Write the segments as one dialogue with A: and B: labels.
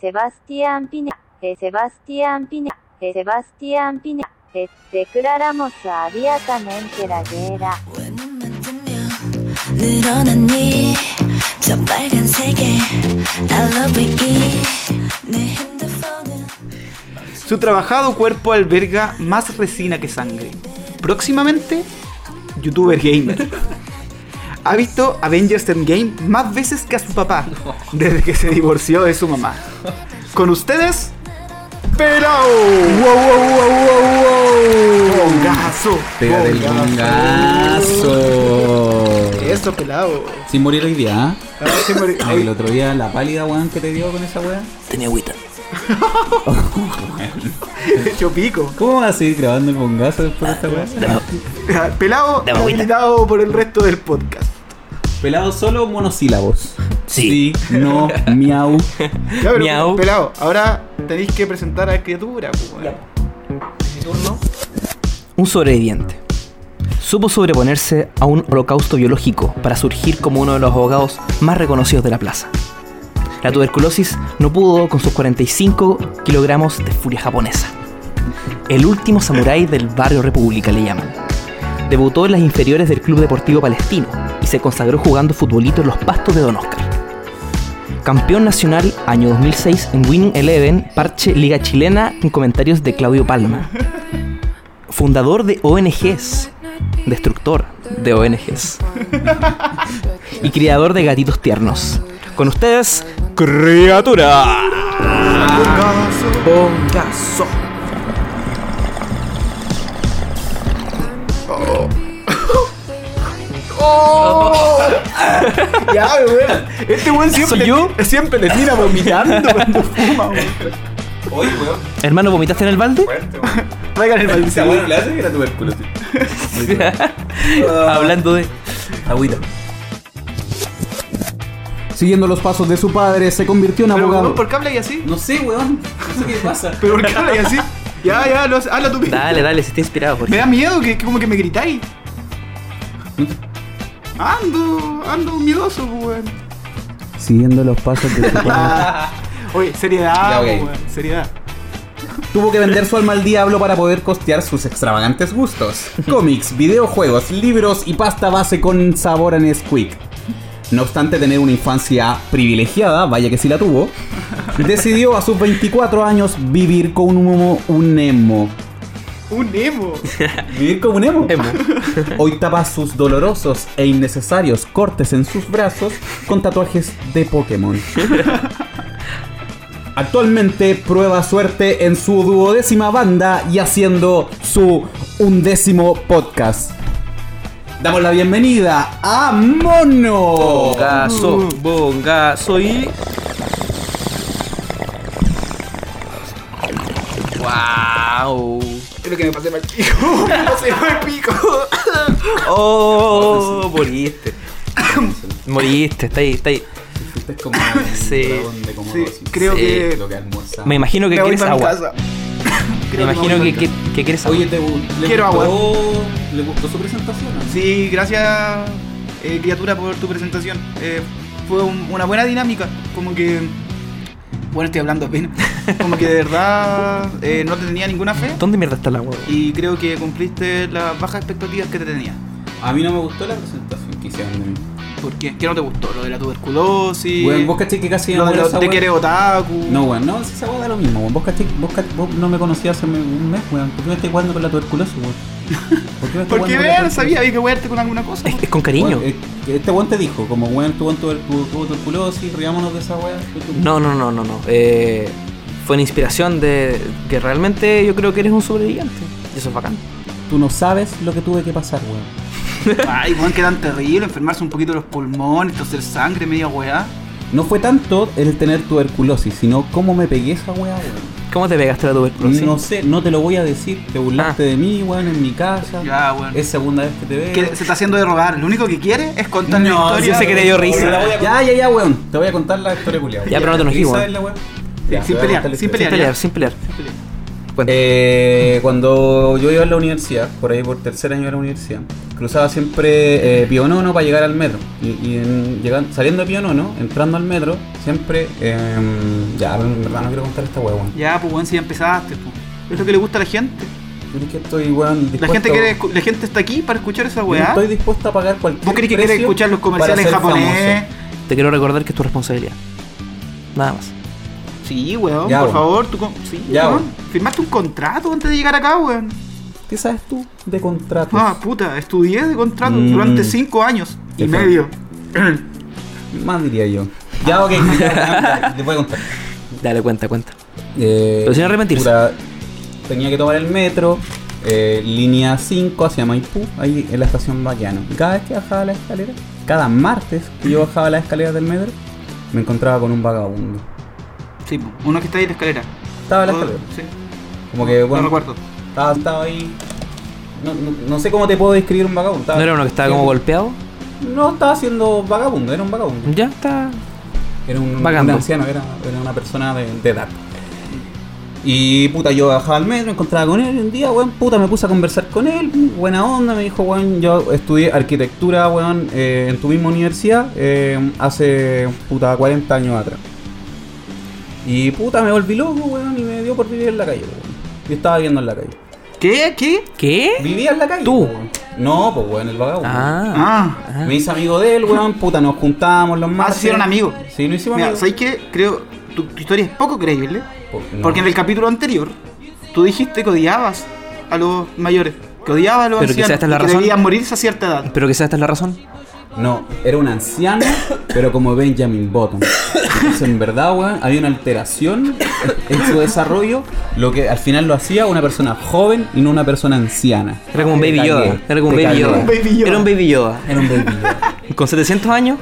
A: Sebastián Pina, eh, Sebastián Pina, eh, Sebastián Pina, eh, declaramos abiertamente la guerra.
B: 외눈만뜨면 늘어난 네저 빨간색에 I love it 내 핸드폰은
C: Su trabajado cuerpo alberga más resina que sangre. Próximamente, youtuber gamer. Ha visto Avengers Endgame más veces que a su papá, desde que se divorció de su mamá. Con ustedes, Pelao. ¡Wow, ¡Bongazo!
D: Pégate el bongazo.
E: Eso, pelado.
D: Sin morir hoy día,
E: La verdad que me-
D: ¿ah? El otro día la pálida, weón, que te dio con esa weá.
F: Tenía agüita.
C: Hecho pico.
D: ¿Cómo vas a seguir grabando el bongazo después de esta weá?
C: Pelao,
F: Dame agüita.
C: invitado por el resto del podcast.
D: Pelado solo monosílabos.
F: Sí.
D: no, miau.
C: Ya, pero,
F: Miau.
C: Pelao, ahora tenéis que presentar a la criatura. pues, weón.
F: Un sobreviviente. Supo sobreponerse a un holocausto biológico para surgir como uno de los abogados más reconocidos de la plaza. La tuberculosis no pudo con sus 45 kilogramos de furia japonesa. El último samurái del barrio República le llaman. Debutó en las inferiores del Club Deportivo Palestino y se consagró jugando futbolito en los pastos de Don Oscar. Campeón nacional año 2006 en Winning Eleven, parche Liga Chilena con comentarios de Claudio Palma fundador de ONGs, destructor de ONGs y creador de gatitos tiernos. Con ustedes, criatura.
C: Bongazo. Oh. ya, weón. Este weón siempre,
F: ¿Soy yo?
C: le- siempre le tira vomitando cuando fuma, weón.
D: Oye, weón,
F: Hermano, ¿vomitaste en el balde?
D: fuerte, weón.
C: Traigan el
D: Esa
C: balcón.
D: weá le hace que era tuberculosis.
F: Hablando de...
D: Agüita.
G: Siguiendo los pasos de su padre, se convirtió en
C: Pero, weón,
G: abogado.
C: ¿por qué hablas así?
D: No sé, weón. No sé qué pasa.
C: ¿Pero por qué hablas así? Ya, ya, lo, hazlo tú mismo.
F: Dale, dale, se está inspirado,
C: Me
F: Jorge.
C: da miedo que, que como que me gritáis.
F: ¿Mm?
C: Ando, ando miedoso, pues, weón.
G: Siguiendo los pasos de su padre.
C: Oye, seriedad,
D: Ya, ok.
C: weón, seriedad.
D: Tuvo que vender su alma al diablo para poder costear sus extravagantes gustos. Cómics, videojuegos, libros y pasta base con sabor a Nesquik. No obstante tener una infancia privilegiada, vaya que sí la tuvo, decidió a sus 24 años vivir con un emo. Un emo.
C: Un emo.
D: ¿Vivir como un emo? Hoy tapa sus dolorosos e innecesarios cortes en sus brazos con tatuajes de Pokémon. Actualmente prueba suerte en su duodécima banda y haciendo su undécimo podcast. Damos la bienvenida a Mono.
F: Bongazo,
C: Mm.
F: bongazo y... ¡Wow!
C: Es lo que me pasé mal pico. Me pasé mal pico.
F: ¡Oh! Moriste.
C: Uh.
F: Moriste, está ahí, está ahí. Sí.
C: Sí, creo
F: Sí.
C: que.
F: Me imagino que
C: me voy
F: quieres
C: para mi
F: agua.
C: casa.
F: Me
C: Creo que
F: imagino
C: me voy
F: que,
C: para
F: que,
C: mi
F: que quieres agua.
D: Oye, te, le
C: Quiero agua.
D: gustó- ¿Le gustó su presentación? o no?
C: casa. Sí, gracias, eh, criatura, por tu presentación. Eh, fue un- una buena dinámica. Como que. Bueno, estoy hablando apenas. Como que de verdad eh, no te tenía ninguna fe.
F: ¿Dónde mierda está el agua?
C: Y creo que cumpliste las bajas expectativas que te tenía.
D: A mí no me gustó la presentación que hicieron de mí.
C: ¿Por qué? ¿Qué no te gustó? ¿Lo de la tuberculosis?
D: Weón, vos caché que casi
C: ¿Lo de
D: muero
C: lo-
D: esa
C: te
D: weá.
C: quiere otaku?
D: No, weón, no, si esa weá da lo mismo, weón. Vos, caché- vos, ca- vos no me conocías hace me- un mes, weón. ¿Por qué me estás jugando con la tuberculosis, weón? ¿Por qué me
C: Porque
D: estás jugando con la
C: vean,
D: tuberculosis?
C: sabía, había que huerte con alguna cosa.
F: Es, es con cariño.
D: Weón, eh, que este weón te dijo, como weón tuvo, tuvo, tuvo, tuvo tuberculosis, riámonos de esa weá.
F: No, no, no, no, no. Eh, fue una inspiración de que realmente yo creo que eres un sobreviviente. Y eso es bacán.
D: Tú no sabes lo que tuve que pasar, weón.
C: Ay, weón, que tan terrible enfermarse un poquito los pulmones, toser sangre, media weá.
D: No fue tanto el tener tuberculosis, sino cómo me pegué esa weá, weón.
F: ¿Cómo te pegaste la tuberculosis?
D: No sé, no te lo voy a decir. Te burlaste
F: Ah.
D: de mí, weón, en mi casa.
C: Ya, weón.
D: Es segunda vez que te veo.
C: Que se está haciendo de rogar. Lo único que quiere es contar la
D: No,
C: historia.
F: yo sé que te dio risa.
D: Ahora la voy a- Ya, ya, ya, weón. Te voy a contar la historia culiada.
F: Ya, pero no te enojes, weón.
D: ¿Sabes la weón?
C: sin
D: Ya, te voy a
C: pelear,
D: contar la
C: sin
D: historia.
F: Sin pelear, sin pelear. Cuenta.
D: Eh, cuando yo iba a la universidad, por ahí por tercer año de la universidad, cruzaba siempre eh, Pionono para llegar al metro. Y, y en- llegan- saliendo de Pionono, entrando al metro, siempre. eh, ya, en verdad no quiero contar esta huevón.
C: Ya, pues, weón, si ya empezaste, pues. Es lo que le gusta a la gente.
D: Es que estoy, weón,
C: La
D: dispuesto-
C: gente, quiere, escu- la gente está aquí para escuchar esa
D: Yo
C: weá.
D: Estoy dispuesto a pagar cualquier
C: ¿Vos crees que quiere
D: precio
C: escuchar los
D: para
C: comerciales
D: ser
C: japoneses?
F: Te quiero recordar que es tu responsabilidad. Nada más.
C: Sí, weón,
D: Ya,
C: por
D: weón.
C: favor. Tú con- sí,
D: Ya,
C: weón.
D: weón.
C: Firmaste un contrato antes de llegar acá, weón.
D: famoso. ¿Qué sabes tú de contratos?
C: Ah, puta, estudié de contrato
D: Mm.
C: durante cinco años y
D: Exacto.
C: medio.
D: Más diría yo. Ya, ok, ya, les voy a contar.
F: Dale cuenta, cuenta.
D: Eh,
F: Pero sin arrepentirse.
D: puta, tenía que tomar el metro, eh, línea 5 hacia Maipú, ahí en la estación Baquiano. Y cada vez que bajaba la escalera, cada martes que yo bajaba las escaleras del metro, me encontraba con un vagabundo.
C: Sí, uno que está ahí en la escalera.
D: Estaba en Ah, la escalera.
C: Sí,
D: Como que,
C: Ah, no
D: bueno,
C: recuerdo.
D: estaba, estaba ahí. No, no- no sé cómo te puedo describir un vagabundo.
F: ¿No era uno que estaba como golpeado?
D: No estaba siendo vagabundo, era un vagabundo.
F: Ya está.
D: Era un,
F: Vagando.
D: un anciano, era, era una persona de, de edad. Y puta, yo bajaba al metro, encontraba con él y un día, weón, puta, me puse a conversar con él, buena onda, me dijo, weón, yo estudié arquitectura, weón, eh, en tu misma universidad, eh, hace, puta, 40 años atrás. Y puta, me volví loco, weón, y me dio por vivir en la calle, weón. Yo estaba viviendo en la calle.
C: ¿Qué? ¿Qué?
F: ¿Qué?
D: ¿Vivía en la calle?
F: ¿Tú?
D: weón. No, pues, weón, el vagabundo.
F: Ah.
C: Ah,
D: Me hice amigo de él, weón, puta, nos juntábamos los más.
C: se hicieron amigos.
D: Sí, pues, nos hicimos
C: mira,
D: amigos.
C: ¿sabes qué? Creo tu, tu historia es poco creíble
D: Por- no.
C: porque en el capítulo anterior tú dijiste que odiabas a los mayores, que odiabas a los
F: Pero
C: ancianos
F: quizá esta es la
C: y que
F: razón.
C: debían morirse a cierta edad.
F: Pero quizás esta es la razón.
D: No, era un anciano, pero como Benjamin Button. Entonces, en verdad, weón, había una alteración en su desarrollo, lo que al final lo hacía una persona joven y no una persona anciana.
F: Era como un
D: Te
F: Baby Yoda.
D: cagué,
F: Era como un
D: te cagué.
F: Baby Yoda.
C: Baby Yoda.
F: Era un Baby Yoda.
D: Era un Baby Yoda.
F: Con 700 años.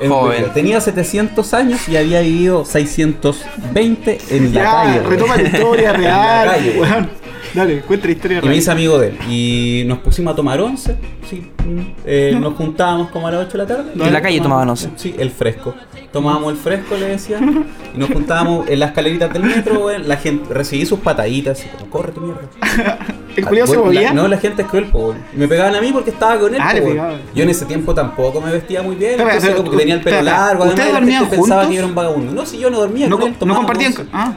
D: Era un
F: Joven.
D: Baby Yoda. Tenía 700 años y había vivido 620 en la calle.
C: Ya,
D: weón.
C: retoma la historia
D: En la calle,
C: real,
D: weón.
C: weón. Dale, cuenta la historia
D: Y me
C: real.
D: hice amigo de él. Y nos pusimos a tomar once. Sí. Eh, nos juntábamos como a las 8 de la tarde.
F: En la calle tomaban once.
D: Sí, el fresco. Tomábamos el fresco, le decía. Y nos juntábamos en las escaleritas del metro. weón. La gente recibí sus pataditas. Así como, corre tu mierda.
C: El culiao se
D: Ah, Bueno, la-
C: movía.
D: No, la gente es cruel, po, weón. Y Me pegaban a mí porque estaba con él.
C: Ah,
D: po,
C: le
D: weón.
C: pegaban.
D: Yo en ese tiempo tampoco me vestía muy bien.
C: Espera,
D: entonces
C: pero
D: como que
C: tú-
D: tenía el pelo
C: espera,
D: largo. además,
C: ¿ustedes
D: la gente
C: dormían
D: pensaba
C: juntos?
D: que yo era un vagabundo. No, si yo no dormía.
C: No,
D: con
C: co-
D: él,
C: no
D: tomábamos
C: compartían.
D: once.
C: Ah.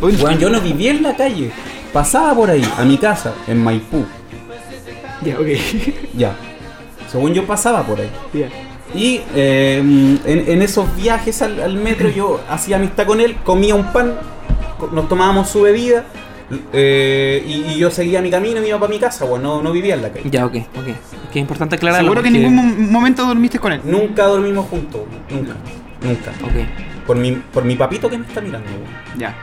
C: Oye,
D: Weón, yo no vivía en la calle. Pasaba por ahí, a mi casa, en Maipú.
C: Ya, ok.
D: Ya. Según yo pasaba por ahí.
C: Ya.
D: Y eh, en, en esos viajes al, al metro yo hacía amistad con él, comía un pan, co- nos tomábamos su bebida eh, y, y yo seguía mi camino, me iba para mi casa, weón, no, no vivía en la calle.
F: Ya, ok, ok. Que es importante aclararlo.
C: Seguro que en
F: porque-
C: ningún mom- momento dormiste con él.
D: Nunca dormimos juntos, weón, nunca, nunca.
F: Ok.
D: Por mi, por mi papito que me está mirando, weón.
C: Ya.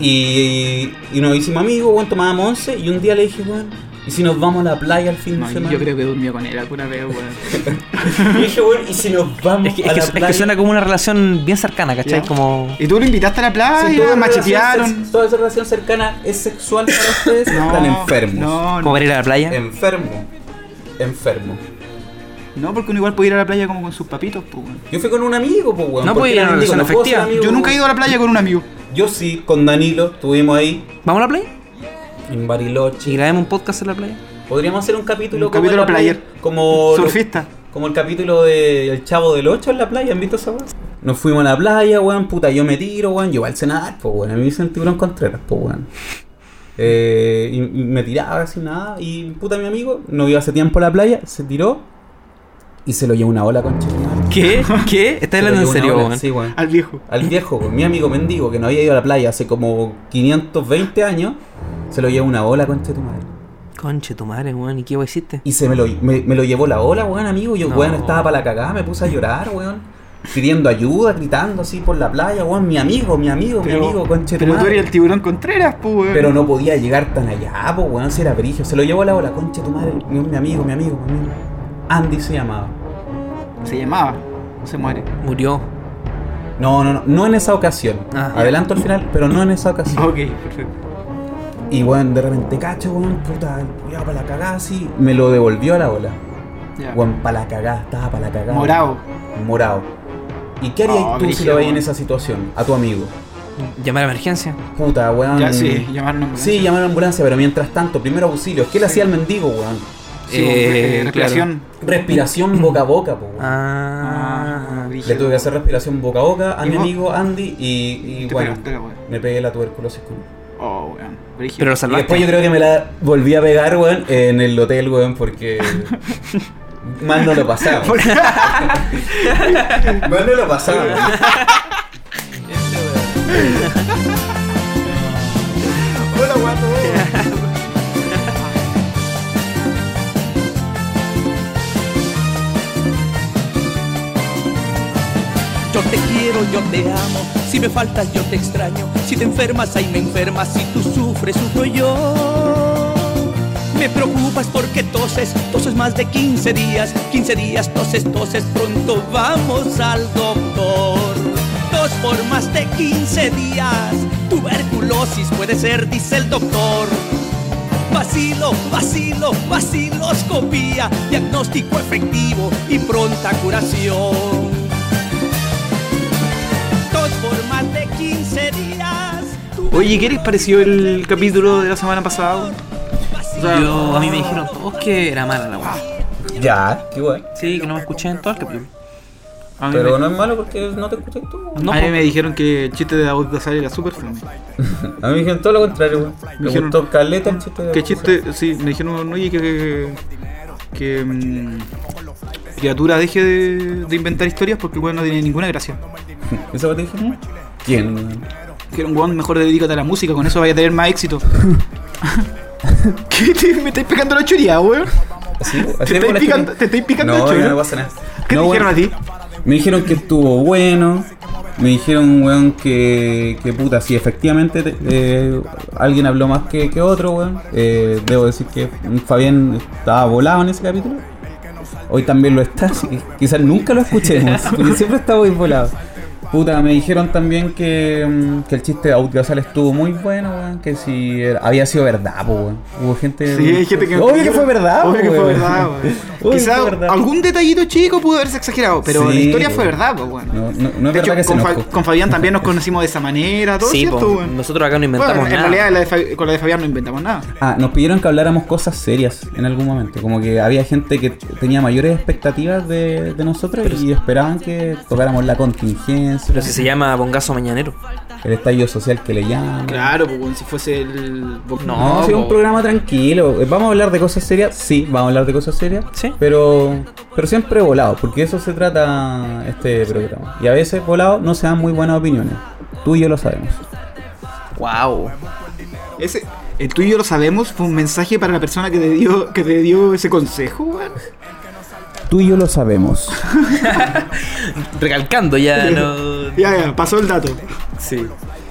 D: Y, y nos hicimos amigos, weón, tomábamos once y un día le dije, weón, ¿y si nos vamos a la playa el fin
C: No,
D: de semana?
C: yo creo que durmió con él alguna vez, weón.
D: Y dije, weón, ¿y si nos vamos
F: Es que,
D: a
F: es que-
D: la
F: es que
D: playa?
F: suena como una relación bien cercana, ¿cachai?
C: Ya.
F: Como.
C: ¿Y tú lo invitaste a la
D: Si
C: playa?
D: toda relación
C: ¿Machetearon?
D: sex- Toda esa relación cercana es sexual para ustedes. Están enfermos.
C: No,
F: Como
C: no,
F: para ir a la playa.
D: Em. Enfermo. Enfermo.
C: no, porque uno igual puede ir a la playa como con sus papitos, pues, weón.
D: Yo fui con un amigo, pues, weón.
F: No
D: ¿por
F: puede
D: qué
F: ir a una
D: amigo?
F: relación
D: No puedo ser
F: afectiva.
D: amigo,
C: Yo nunca he ido a la playa con un amigo.
D: Yo sí, con Danilo, estuvimos ahí
F: ¿Vamos a la playa?
D: en Bariloche.
F: ¿Y grabemos un podcast en la playa?
D: Podríamos hacer un capítulo
C: Un
D: como
C: capítulo
D: en la playa,
C: player.
D: Como lo-
C: Surfista.
D: Como el capítulo de El Chavo del 8 en la playa, ¿han visto esa weón? Nos fuimos a la playa, weón, puta, yo me tiro, weón, yo iba al cenar, pues weón, a mí me hizo el tiburón Contreras, pues weón. Eh, y, y me tiraba sin nada, y puta mi amigo, no iba hace tiempo a la playa, se tiró y se lo llevó una ola, concha. de madre.
F: ¿Qué? ¿Qué? ¿Estás
D: Se lo llevó
F: hablando en
D: una
F: serio,
D: ola,
F: weón?
D: Sí, weón.
C: Al viejo.
D: Al viejo, weón, mi amigo mendigo, que no había ido a la playa hace como 520 años, se lo llevó una ola, concha de tu madre.
F: Conche tu madre, weón. ¿Y qué weón hiciste?
D: Y se me lo, me, me lo llevó la ola, weón, amigo. Yo,
F: No.
D: weón, estaba para la cagada, me puse a llorar, weón. Pidiendo ayuda, gritando así por la playa, weón. Mi amigo, mi amigo, mi amigo, conche tu
C: pero tú
D: madre.
C: eres el tiburón Contreras, pues, weón.
D: Pero no podía llegar tan allá, po, weón, si era brigio. Se lo llevó la ola, conche tu madre. Mi, mi amigo, mi amigo, mi amigo. Andy se llamaba.
C: Se llamaba. Se muere.
F: Murió.
D: No, no, no, no en esa ocasión.
F: Ah.
D: Adelanto al final, pero no en esa ocasión.
C: Ok, perfecto.
D: Y weón, de repente cacho, weón, puta, ya para la cagada así. Me lo devolvió a la ola.
C: Ya.
D: Weón, para la cagada, estaba para la cagada.
C: Morado.
D: morado. ¿Y qué harías
C: No, Ah,
D: tú si
C: brígido,
D: lo veis en
C: weón.
D: esa situación? A tu amigo.
F: Llamar a emergencia.
D: Puta, weón.
C: Ya sí, llamaron a
D: Ah. Sí,
C: ambulancia.
D: llamar a ambulancia, pero mientras tanto, primero auxilio. ¿Qué le hacía al mendigo, weón?
C: Sí,
F: Eh,
C: recreación.
D: Respiración boca a boca, po, weón.
F: Ah,
C: Ah,
D: Le tuve que hacer respiración boca a boca a
C: ¿Y
D: mi
C: vos?
D: amigo Andy y, y
C: Te
D: bueno,
C: pegaste la wea.
D: me pegué la tuberculosis con
C: Oh, weón. Brígido.
F: pero lo
D: Y después
F: salvaste.
D: yo creo que me la volví a pegar, weón, en el hotel, weón, porque mal no lo pasaba. mal no lo pasaba. weón.
E: Yo te quiero, yo te amo. Si me faltas, yo te extraño. Si te enfermas, ahí me enfermas. Si tú sufres, sufro yo. Me preocupas porque toses, toses más de 15 días. 15 días toses, toses. Pronto vamos al doctor. Dos por más de 15 días. Tuberculosis puede ser, dice el doctor. Vacilo, vacilo, vaciloscopía. Diagnóstico efectivo y pronta curación dos por más de 15 días.
C: Oye, ¿qué les pareció el capítulo de la semana pasada? O sea,
F: Yo, a mí me dijeron todos que era mala la weá.
D: Ya, qué weón.
F: Sí, que no me escuché en todo el capítulo.
C: a mí
D: Pero
C: me-
D: no es malo porque no te escuchas tú. weón.
F: No,
C: a mí
F: po.
C: me dijeron que el chiste de Abdazar era súper fome.
D: A mí me dijeron todo lo contrario, weón. Me
C: Dijeron-
D: gustó caleta el chiste. de-
C: ¿Qué chiste? Sí, me dijeron, oye, que. que, que, mm, criatura deje de, de inventar historias porque el weón no tiene ninguna gracia.
D: ¿Eso te
C: ¿Mm?
D: dije? ¿Quién? weón?
C: Que era un weón mejor dedícate a la música, con eso vaya a tener más éxito. ¿Qué te, me estáis pegando la churía, weón?
D: ¿Así? ¿Así
C: Te
D: me
C: estáis
D: molesta,
C: picando,
D: weón?
C: te estáis picando
D: No,
C: el
D: ya
C: chorizo.
D: no pasa nada.
C: ¿Qué
D: No,
C: te dijeron
D: weón.
C: a ti?
D: Me dijeron que estuvo bueno. Me dijeron, weón, que, que puta, si efectivamente te- eh, alguien habló más que, que otro, weón. Eh, debo decir que Fabián estaba volado en ese capítulo. Hoy también lo está, así que quizás nunca lo escuchemos, porque siempre está muy volado. Puta, me dijeron también que, mm, que el chiste de Outgasal estuvo muy bueno, weón. Que si era- había sido verdad, po, weón. Hubo gente.
C: Sí, hay gente que.
D: Obvio que fue verdad,
C: Obvio que fue
D: weón.
C: verdad,
D: Obvio que
C: Quizás
D: fue verdad.
C: algún detallito chico pudo haberse exagerado, pero
D: Sí,
C: la historia
D: weón.
C: fue verdad, pues, weón.
D: No, no, no es
C: De
D: verdad
C: hecho,
D: que se
C: con, Fa-
D: enojó.
C: con Fabián también nos conocimos de esa manera, todo
F: Sí, po,
C: cierto, weón.
F: nosotros acá no inventamos
C: Bueno, en
F: nada.
C: realidad la de Fa- con la de Fabián no inventamos nada.
D: Ah, nos pidieron que habláramos cosas serias en algún momento. Como que había gente que tenía mayores expectativas de, de nosotros y esperaban que tocáramos la contingencia,
F: Pero si se llama Bongazo Mañanero.
D: el estallido social que le llaman.
C: Claro, pues, weón, si fuese el.
D: No, ha sido un programa tranquilo. Eh, ¿Vamos a hablar de cosas serias? Sí, vamos a hablar de cosas serias.
F: Sí.
D: Pero, pero siempre volado, porque de eso se trata este programa. Y a veces volado no se dan muy buenas opiniones. Tú y yo lo sabemos.
F: Wow.
C: Ese, eh, el tuyo lo sabemos, fue un mensaje para la persona que te dio, que te dio ese consejo, weón.
D: Tú y yo lo sabemos.
F: Recalcando ya, no.
C: Ya, ya, pasó el dato.
F: Sí.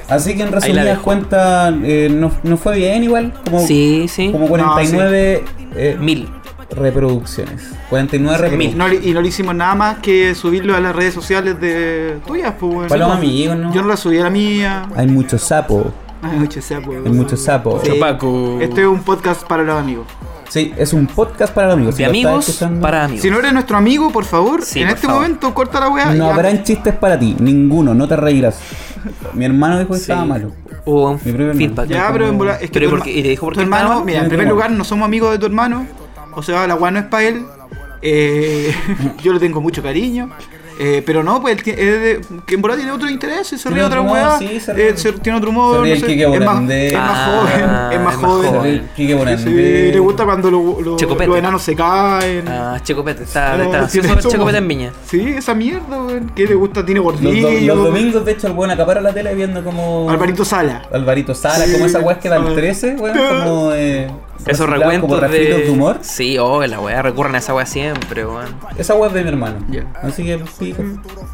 D: Así que en
F: Ahí la
D: resumidas
F: dejo.
D: cuentas, eh, no, no fue bien igual. Como,
F: Sí, sí.
D: Como 49 eh,
F: Mil.
D: reproducciones. 49
C: Y
D: reproducciones.
C: no, le- y no le hicimos nada más que subirlo a las redes sociales de tuyas, pues, weón.
D: Para los amigos, ¿no?
C: Yo no la subí a la mía.
D: Hay mucho sapo.
C: Ay, mucho sapo.
D: Hay mucho sapo.
C: Sí.
F: Paco.
C: Este es un podcast para los amigos.
D: Sí, es un podcast para amigos. Si
F: De
D: lo estás
F: amigos
D: escuchando,
F: para amigos.
C: Si no eres nuestro amigo, por favor,
F: Sí,
C: en
F: por
C: este
F: favor.
C: momento corta la weá.
D: No
C: y-
D: habrán chistes para ti. Ninguno. No te reirás. Mi hermano dijo que
F: Sí.
D: estaba malo.
F: Hubo un
D: Mi propio
F: feedback.
D: hermano.
C: Ya, pero en bola- es que
F: Pero
C: tu
F: ¿y por qué-
C: herma-
F: y te dijo por
C: tu
F: qué
C: hermano,
F: estaba mal?
C: mira, en
D: No,
C: primer
D: no.
C: lugar, no somos amigos de tu hermano. O sea, la weá no es para él. Eh, yo le tengo mucho cariño. Eh, pero no, pues él tie- es de- que en bola tiene otro interés, se
D: Tiene
C: ríe de otra
D: otro humor,
C: weá.
D: sí, se
C: eh,
D: ríe.
C: se- tiene otro humor.
D: Se ríe
C: no
D: el
C: sé,
D: Quique
C: es, más,
D: Morandé.
C: es más
F: Ah,
C: joven. Es más joven.
D: Quique Morandé.
C: Sí, le gusta cuando lo- lo-
F: Checo Pete.
C: los enanos se caen.
F: Ah, Checopete. Está,
C: No,
F: está ansioso
C: tiene
F: el
C: somos-
F: Checopete en Viña.
C: Sí, esa mierda, weón. ¿Qué le gusta? Tiene
D: Los, do-
C: gordillo.
D: los domingos, de hecho, el buen acapara la tele viendo como.
C: Alvarito Sala.
D: Alvarito Sala,
C: Sí.
D: como esa weá que da el
C: Ah.
D: 13, weón, como eh,
F: Esos
D: reciclado,
F: recuentos
D: como refritos
F: de...
D: de humor.
F: Sí, oh, la weá. Recurren a esa weá siempre, weón.
D: Esa weá es de mi hermano.
C: Ya.
D: Así que pico.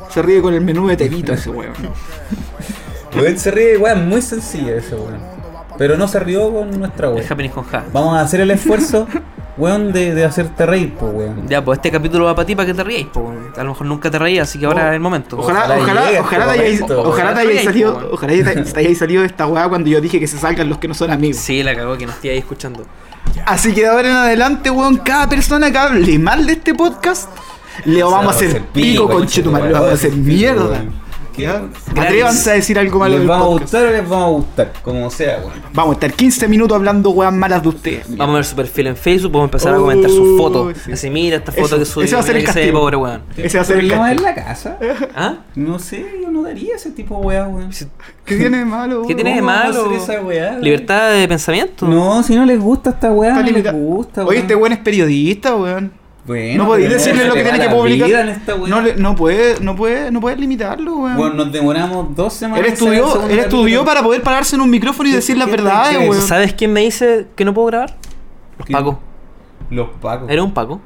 C: Se ríe con el menú de temito ese weón.
D: Weón, se ríe, weón, muy sencilla ese weón. Pero no se rió con nuestra
F: Es
D: weón.
F: Happening con Ja.
D: Vamos a hacer el esfuerzo, weón, de, de hacerte reír, pues weón.
F: Ya, pues este capítulo va para ti para que te ríais, pues. A lo mejor nunca te reías, así que ahora es el momento.
C: Oh, Ojalá,
D: Ojalá
C: ojalá,
D: llegue
C: ojalá,
D: este
C: te hayáis-
D: momento,
C: ojalá te
F: weón.
C: hayáis salido,
F: Weón.
C: ojalá te, te hayáis salido de esta weá cuando yo dije que se salgan los que no son amigos.
F: Sí, la cagó que nos esté ahí escuchando.
C: Así que de ahora en adelante, weón, cada persona que hable mal de este podcast, le vamos a hacer pico, con
D: conchetumare,
C: Chetumal, le vamos a hacer mierda.
D: ¿Ya?
C: Atrévanse a decir algo malo
D: ¿Les
C: del
D: vamos a
C: podcast.
D: gustar o les vamos a gustar? Como sea, weón.
C: Vamos a estar 15 minutos hablando weas malas de ustedes.
F: Vamos a ver su perfil en Facebook, vamos a empezar a
C: Oh,
F: comentar sus fotos.
C: sí.
F: Así, mira esta
C: Eso,
F: foto que subió.
C: ese va a ser
F: mira
C: el
F: que se ve
C: castigo.
F: pobre, weón.
C: Ese va a ser el
D: Pero no
C: castigo.
D: en la casa.
F: ¿Ah?
D: No sé, yo no daría ese tipo de weá, weón.
F: Si-
C: ¿Qué tiene de malo?
F: ¿Qué tiene de
D: ¿Cómo va a
F: malo?
D: ser esa weá?
F: Libertad de pensamiento.
D: No, si no les gusta esta weá,
C: Está
D: no les
C: limitado.
D: gusta,
C: Oye,
D: weón.
C: este weón es periodista, weón.
D: Bueno,
C: no podéis
D: pero
C: decirle
D: se
C: lo que
D: te va
C: tiene que
D: la vida
C: publicar.
D: en esta weá.
C: No, le- no puede, no puede, no puede limitarlo, weón.
D: Bueno, nos demoramos dos
C: él
D: semanas. en sacar el
C: estudió,
D: segundo
C: él estudió
D: capítulo.
C: para poder pararse en un micrófono y
D: ¿Qué-
C: decir las
D: qué-
C: verdades,
D: qué-
C: weón.
F: ¿Sabes quién me dice que no puedo grabar? Los
D: ¿Quién?
F: Paco.
D: Los Pacos.
F: Era un Paco.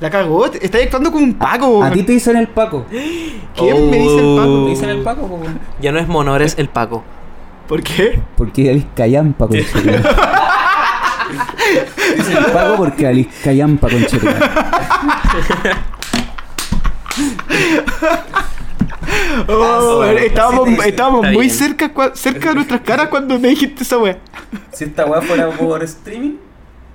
C: La cagó, te- estáis actuando como un paco,
D: A ti
C: weón.
D: te dicen el Paco. ¿Te
C: ¿Quién me dice el paco?
F: Oh.
D: dicen el Paco, po, weón?
F: Ya no es mono, ahora es el Paco.
C: ¿Por qué?
G: Porque Alice Callampa con Pago porque Alice Callampa con
C: Oh,
D: weón,
C: estábamos
D: así te dicen.
C: estábamos
F: Está
C: muy
F: bien.
C: cerca, cua- cerca de nuestras caras cuando me dijiste esa weá.
D: Si esta weá fuera por streaming,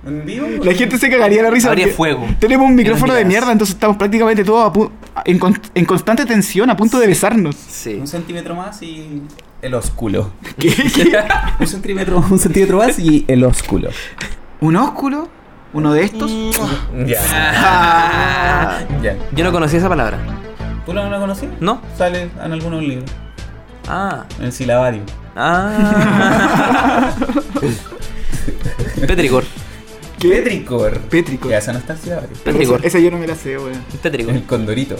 D: en vivo.
C: La gente se cagaría la risa.
F: Habría
C: porque
F: fuego.
C: Tenemos un micrófono de
F: miradas.
C: mierda, entonces estamos prácticamente todos a pu- en, con- en constante tensión, a punto de besarnos.
F: Sí.
D: Un centímetro más y. El ósculo.
C: ¿Qué? ¿Qué?
D: Un centímetro.
G: un centímetro más y el ósculo.
C: ¿Un ósculo? ¿Uno de estos?
D: Ya.
C: Ah.
D: Ya.
F: Yo no conocía esa palabra.
D: ¿Tú no la conocías?
F: ¿No?
D: Sale en algunos libros.
F: Ah.
D: En el silabario.
F: Ah. Petricor.
C: ¿Qué?
D: Petricor.
C: Pétrico.
D: Ya, esa no está en el silabario.
C: Esa,
F: Petricor.
C: esa yo no me la sé, weón.
F: Petricor.
D: El condorito.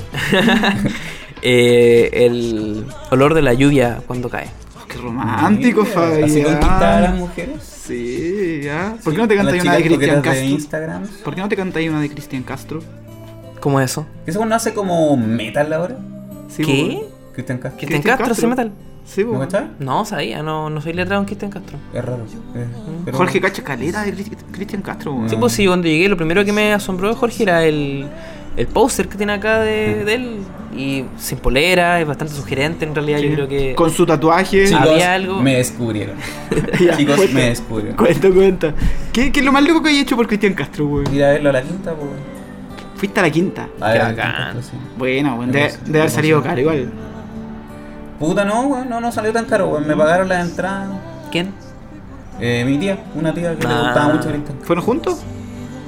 F: Eh, el olor de la lluvia cuando cae.
C: Oh, qué romántico,
D: Mira, Así conquistaba a las
C: Fabián.
D: mujeres.
C: Sí, ya. ¿Por qué no te
D: Las
C: cantáis una
D: chicas
C: de Cristian
D: coquetas de
C: Castro?
D: Instagram.
C: ¿Por qué no te cantáis una de Cristian Castro?
F: ¿Cómo es eso?
D: ¿Ese weón no hace como metal ahora?
C: Sí,
F: ¿Qué?
D: Cristian Castro.
F: ¿Cristian
C: Cristian
F: Castro hace
C: Castro.
F: metal?
C: weón. Sí,
D: ¿No
C: weón.
D: cachai?
F: No, sabía, no, no soy letrado en Cristian Castro.
D: Es raro. eh, pero-
C: Jorge Cacha Caleta de Cristi- Cristian Castro, weón.
F: Sí, pues sí, cuando llegué lo primero que me asombró de Jorge era el, el póster que tiene acá de, de él. Y sin polera, es bastante sugerente en realidad, yo creo que...
C: Con su tatuaje. Ah,
F: Sí.
D: Chicos,
F: Había algo-
D: me descubrieron.
C: Ya,
D: Chicos,
C: cuenta.
D: me descubrieron.
C: Cuenta, cuenta. ¿Qué, ¿Qué es lo más loco que hay hecho por Cristian Castro, weón?
D: Ir a verlo a la quinta, pues.
C: Fuiste a la quinta.
D: A ver,
F: Qué
D: a la
F: bacán.
D: quinta, sí.
C: Buena, weón. Debe
D: Hermoso,
C: debe haber
D: hermoso.
C: salido caro igual.
D: Puta, no, weón, no, no salió tan caro, weón. Me pagaron las entradas.
F: ¿Quién?
D: Eh, mi tía, una tía que le
F: Ah.
D: gustaba mucho Cristian Castro.
C: ¿Fueron juntos?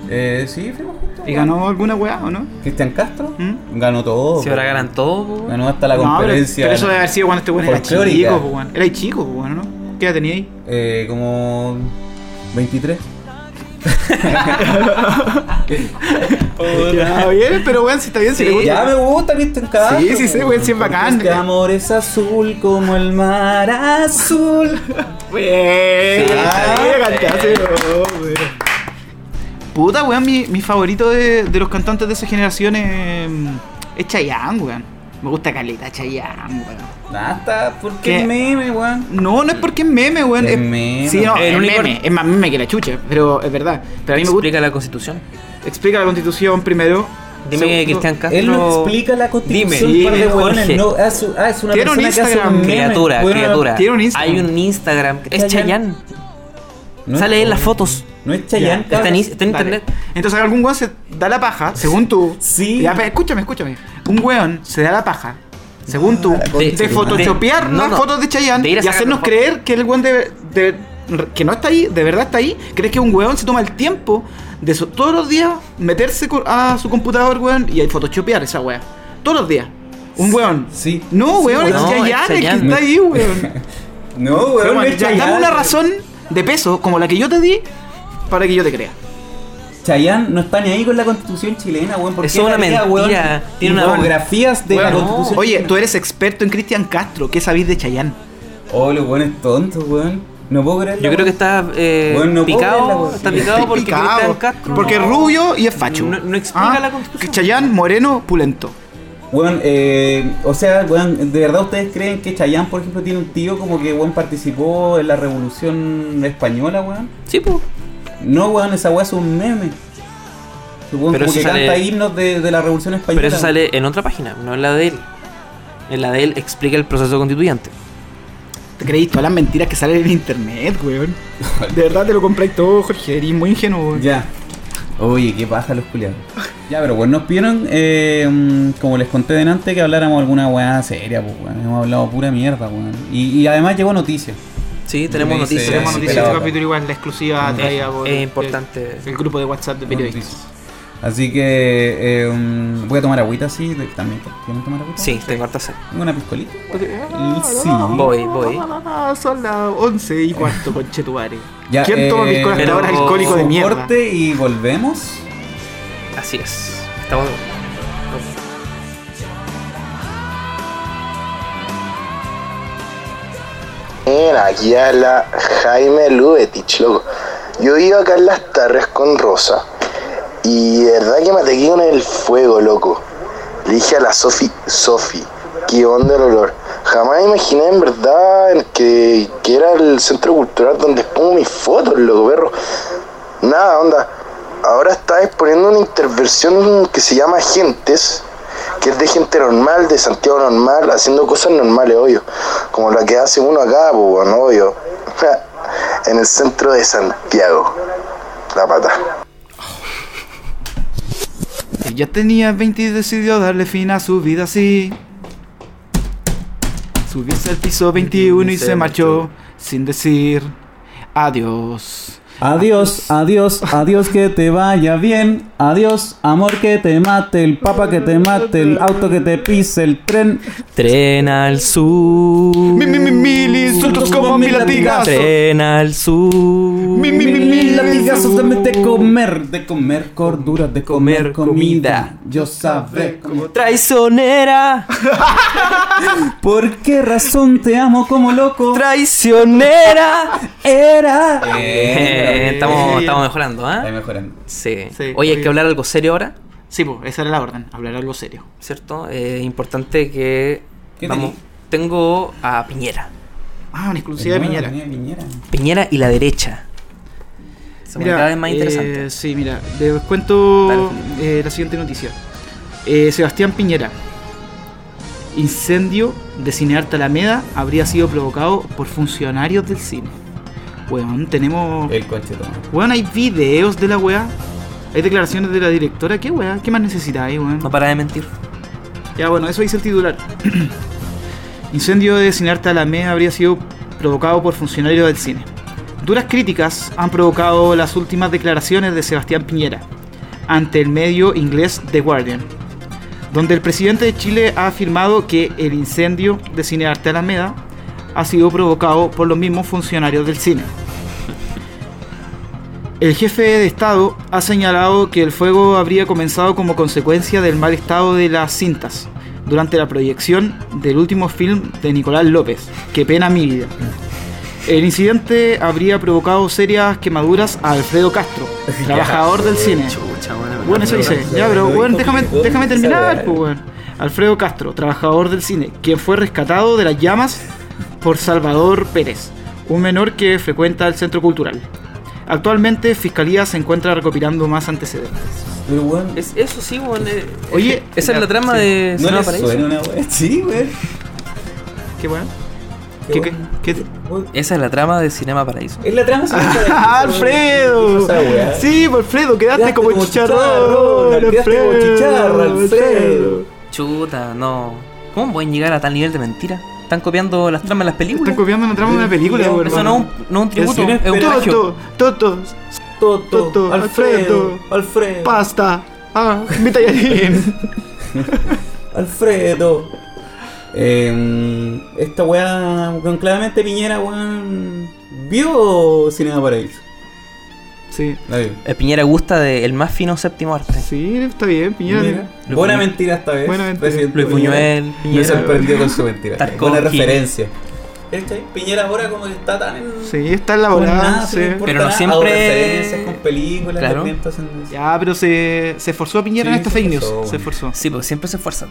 D: Eh, sí, fuimos juntos.
C: ¿Y
D: weón.
C: ganó alguna weá o no?
D: Cristian Castro
C: ¿Mm?
D: ganó todo.
F: Si ahora
D: weón.
F: ganan todo, po.
D: Ganó hasta la
C: no, pero,
D: conferencia.
C: pero eso debe haber sido cuando este weón era chico,
D: folclórica.
C: po, weón. Era chico, po, weón, ¿no? ¿Qué edad tenía ahí?
D: Eh, como 23.
C: Ya, Ah, bien, pero weón, si está bien, si le gusta.
D: Ya me gusta Cristian Castro.
C: Eh, Sí, sí, sí, güey, sí es
D: porque
C: bacán.
D: Este amor es azul como el mar azul.
C: Wey,
D: Sí,
C: sabía
D: sí.
C: cantarse, no, güey. Puta, weón, mi, mi favorito de, de los cantantes de esa generación es, mm, es Chayanne, weón. Me gusta Caleta, Chayanne, weón.
D: Nada, porque
C: ¿Qué?
D: es meme, weón.
C: No, no es porque es meme, weón.
D: Es
C: Es-
D: meme.
C: Sí, no,
F: El
C: es,
F: único-
C: meme. es más meme que la chucha, pero es verdad. Pero a mí me gusta.
F: Explica la constitución.
C: Explica la constitución primero.
F: Dime que
C: Segundo,
F: Cristian Castro...
D: Él no explica la constitución.
F: Dime,
D: par de
F: dime,
D: hueones,
F: Jorge.
D: no, ah, su- ah, es una
C: Tiene un
D: persona que hace
C: Instagram.
D: un meme,
F: Criatura,
D: weón.
F: criatura.
C: tiene un Instagram.
F: Hay un Instagram. Es
D: Chayanne.
F: Chayanne.
D: No
F: Sale
D: es-
F: en las fotos.
D: No es Chayanne,
C: Ya,
F: Está en,
D: cabrón.
F: is- está en
C: Dale.
F: internet.
C: Entonces algún weón se da la paja, según tú.
D: Sí.
C: Ya, pero escúchame, escúchame. Un weón se da la paja, según tú, de,
F: concha de tu madre.
C: photoshopear
F: No,
C: las
F: no.
C: fotos de Chayanne
F: De ir a
C: y
F: sacar
C: hacernos
F: fotos.
C: creer que el weón de, de- que no está ahí, de verdad está ahí. ¿Crees que un weón se toma el tiempo de su- todos los días meterse co- a su computador, weón, y ahí photoshopear esa weá? Todos los días. Un weón.
D: Sí.
C: No,
D: Sí,
C: weón, es
F: No, es
C: Chayanne el que
F: Chayanne.
C: está ahí, weón.
D: No, weón, no es
C: ya,
D: Chayanne.
C: dame una razón de peso como la que yo te di para que yo te crea.
D: Chayanne no está ni ahí con la constitución chilena, weón. porque
F: Eso es una mentira. Tiene una-
D: Infografías de la
C: Bueno,
D: constitución
C: Oye,
D: chilena.
C: tú eres experto en Cristian Castro. ¿Qué sabís de Chayanne?
D: Oh, los weones tontos, weón. No puedo creerlo.
F: Yo creo que está eh,
D: Bueno, no puedo verla,
F: picado.
D: weón.
F: Está
D: Sí,
F: picado porque
C: Picado.
F: Cristian Castro.
C: Porque es
F: no-
C: rubio y es facho.
F: No, no explica
C: Ah,
F: la constitución.
C: Chayanne, moreno, pulento.
D: Weón, eh, o sea, weón, ¿de verdad ustedes creen que Chayanne, por ejemplo, tiene un tío como que, weón, participó en la revolución española, weón?
F: Sí, pues.
D: No, weón, esa weá es un meme. Que, weón,
F: Pero
D: como
F: eso
D: que
F: sale-
D: canta himnos de, de la revolución española.
F: Pero eso
D: weón.
F: sale en otra página, no en la de él. En la de él explica el proceso constituyente.
C: Te creí todas las mentiras que salen en internet, weón. De verdad te lo compré todo, Jorge. Eres muy ingenuo, weón.
D: Ya. Oye, qué paja los culiados. Ya, pero bueno, nos pidieron, eh, mm, como les conté delante, que habláramos alguna weá seria, pues, weón. Hemos hablado pura mierda, weón. Y, y además llegó noticias.
F: Sí, tenemos
D: Me dice-
F: noticias.
C: Tenemos
D: sí,
C: noticias
D: pelado. Mm.
C: de capítulo igual, la exclusiva traída
F: es
C: por
F: importante.
C: el grupo de WhatsApp de periodistas.
D: Así que eh, mm, voy a tomar agüita, sí. de- ¿También quieren tomar agüita?
F: Sí, tengo harta sed.
D: ¿Tengo una piscolita?
C: Ah,
D: Sí.
F: Voy, voy.
C: Son las 11 y cuarto, conchetuare.
D: Ya,
C: ¿Quién
D: eh,
C: toma piscola hasta
F: pero-
C: ahora alcohólico de
D: un
C: mierda?
D: corte y volvemos.
F: Así es. Estamos.
H: Mira, aquí habla Jaime Lubetich, loco. Yo iba acá en las tardes con Rosa y de verdad que me atequé con el fuego, loco. Le dije a la Sofi, Sofi, qué onda el olor. Jamás imaginé en verdad el que, que era el centro cultural donde expongo mis fotos, loco, perro. Nada, onda. Ahora está exponiendo una intervención que se llama Gentes, que es de gente normal, de Santiago normal, haciendo cosas normales, obvio. Como la que hace uno acá, pues, no, obvio. en el centro de Santiago. La pata.
C: Ella tenía 20 y decidió darle fin a su vida así. Subirse al piso 21 y se marchó sin decir adiós.
G: Adiós, adiós, adiós, que te vaya bien. Adiós, amor, que te mate. El papa que te mate. El auto que te pise. El tren.
F: Tren al sur.
C: Mi, mi, mi, mil insultos como mil latigazos.
F: Tren al sur.
C: Mi, mi, mi, mi latigazos.
D: Justamente de comer, de comer cordura, de
F: Comer comida.
D: Yo sabré cómo.
F: Traicionera,
G: ¿Por qué razón te amo como loco?
F: traicionera.
G: Era.
F: Eh, estamos, estamos mejorando,
D: Está
F: ¿eh?
D: mejorando.
F: Sí.
C: Sí,
F: Oye, hay
C: oye.
F: que hablar algo serio ahora,
C: Sí, pues, esa era la orden, hablar algo serio.
F: ¿cierto? Eh, importante que.
D: ¿Qué tenés?
F: tengo a Piñera.
C: Ah, una exclusiva de
D: Bueno,
C: Piñera.
D: tenía Piñera.
F: Piñera y la derecha. Se pone cada vez más
C: eh,
F: interesante.
C: sí, mira, les cuento
F: Dale,
C: eh, la siguiente noticia. Eh, Sebastián Piñera. Incendio de Cinearte Alameda habría sido provocado por funcionarios del cine. Weón, tenemos.
D: El coche toma.
C: Weón, hay videos de la weá. Hay declaraciones de la directora. ¿Qué weá? ¿Qué más necesitáis, weón?
F: No para de mentir.
C: Ya, bueno, eso dice el titular. Incendio de Cinearte Alameda habría sido provocado por funcionarios del cine. Duras críticas han provocado las últimas declaraciones de Sebastián Piñera ante el medio inglés The Guardian, donde el presidente de Chile ha afirmado que el incendio de Cinearte Alameda ha sido provocado por los mismos funcionarios del cine. El jefe de Estado ha señalado que el fuego habría comenzado como consecuencia del mal estado de las cintas durante la proyección del último film de Nicolás López, Qué pena mi vida. El incidente habría provocado serias quemaduras a Alfredo Castro, trabajador del cine. Eh, Bueno, eso dice. Ya, pero, weón, déjame, déjame terminar, pues, weón. Alfredo Castro, trabajador del cine, quien fue rescatado de las llamas por Salvador Pérez, un menor que frecuenta el centro cultural. Actualmente, Fiscalía se encuentra recopilando más antecedentes.
D: Pero weón,
F: Es, eso sí, bueno, eh,
C: Oye,
F: esa es la trama de
D: ¿No
F: Cinema
D: le
F: Paraíso.
D: suena una weá? Sí, weón.
C: qué bueno. ¿Qué, qué, qué-
F: Esa es la trama de Cinema Paraíso.
D: Es la trama
C: ¡Ah, ¡Alfredo! Sí, Alfredo, quedaste
D: Quedaste
C: como
D: como
C: chicharrón.
D: chicharrón, quedaste como chicharra, Alfredo.
F: Chuta, no. ¿Cómo pueden llegar a tal nivel de mentira? Están copiando las tramas de las
C: Están
F: películas.
C: copiando una trama de una película, weón.
F: Eso no es un, no es un tributo,
C: Es-
F: es un plagio.
C: Toto, Toto, Toto, Alfredo,
G: Alfredo.
C: pasta. Ah, mi tallarín.
D: Alfredo. Eh, esta weá, con claramente Piñera, weón, vio Cinema Paraíso.
C: Sí.
D: La vio.
F: Eh, Piñera gusta de El más fino séptimo arte.
C: Sí, está bien, Piñera.
D: Mira.
F: Luis
D: Buena
F: Buñuel.
D: mentira esta vez.
C: Buena mentira.
D: Presidente
F: Luis
D: Piñera.
F: Buñuel,
D: Me
F: Piñera.
D: sorprendió con su mentira.
F: Tarkovsky.
D: Buena referencia. ¿Cachai? Piñera ahora como que está tan en...
C: Sí, está
D: con
C: elaborada.
D: Pues nada,
C: Sí.
D: se le importa
F: Pero no
D: nada.
F: siempre-
D: Hago referencias con películas,
F: Claro.
D: también estás en-
C: Ya, pero se, se esforzó a Piñera
D: Sí,
C: en esta
D: se
C: fake news.
D: esforzó,
C: Se
D: bueno.
C: esforzó.
F: Sí, porque pues, siempre se esfuerzan.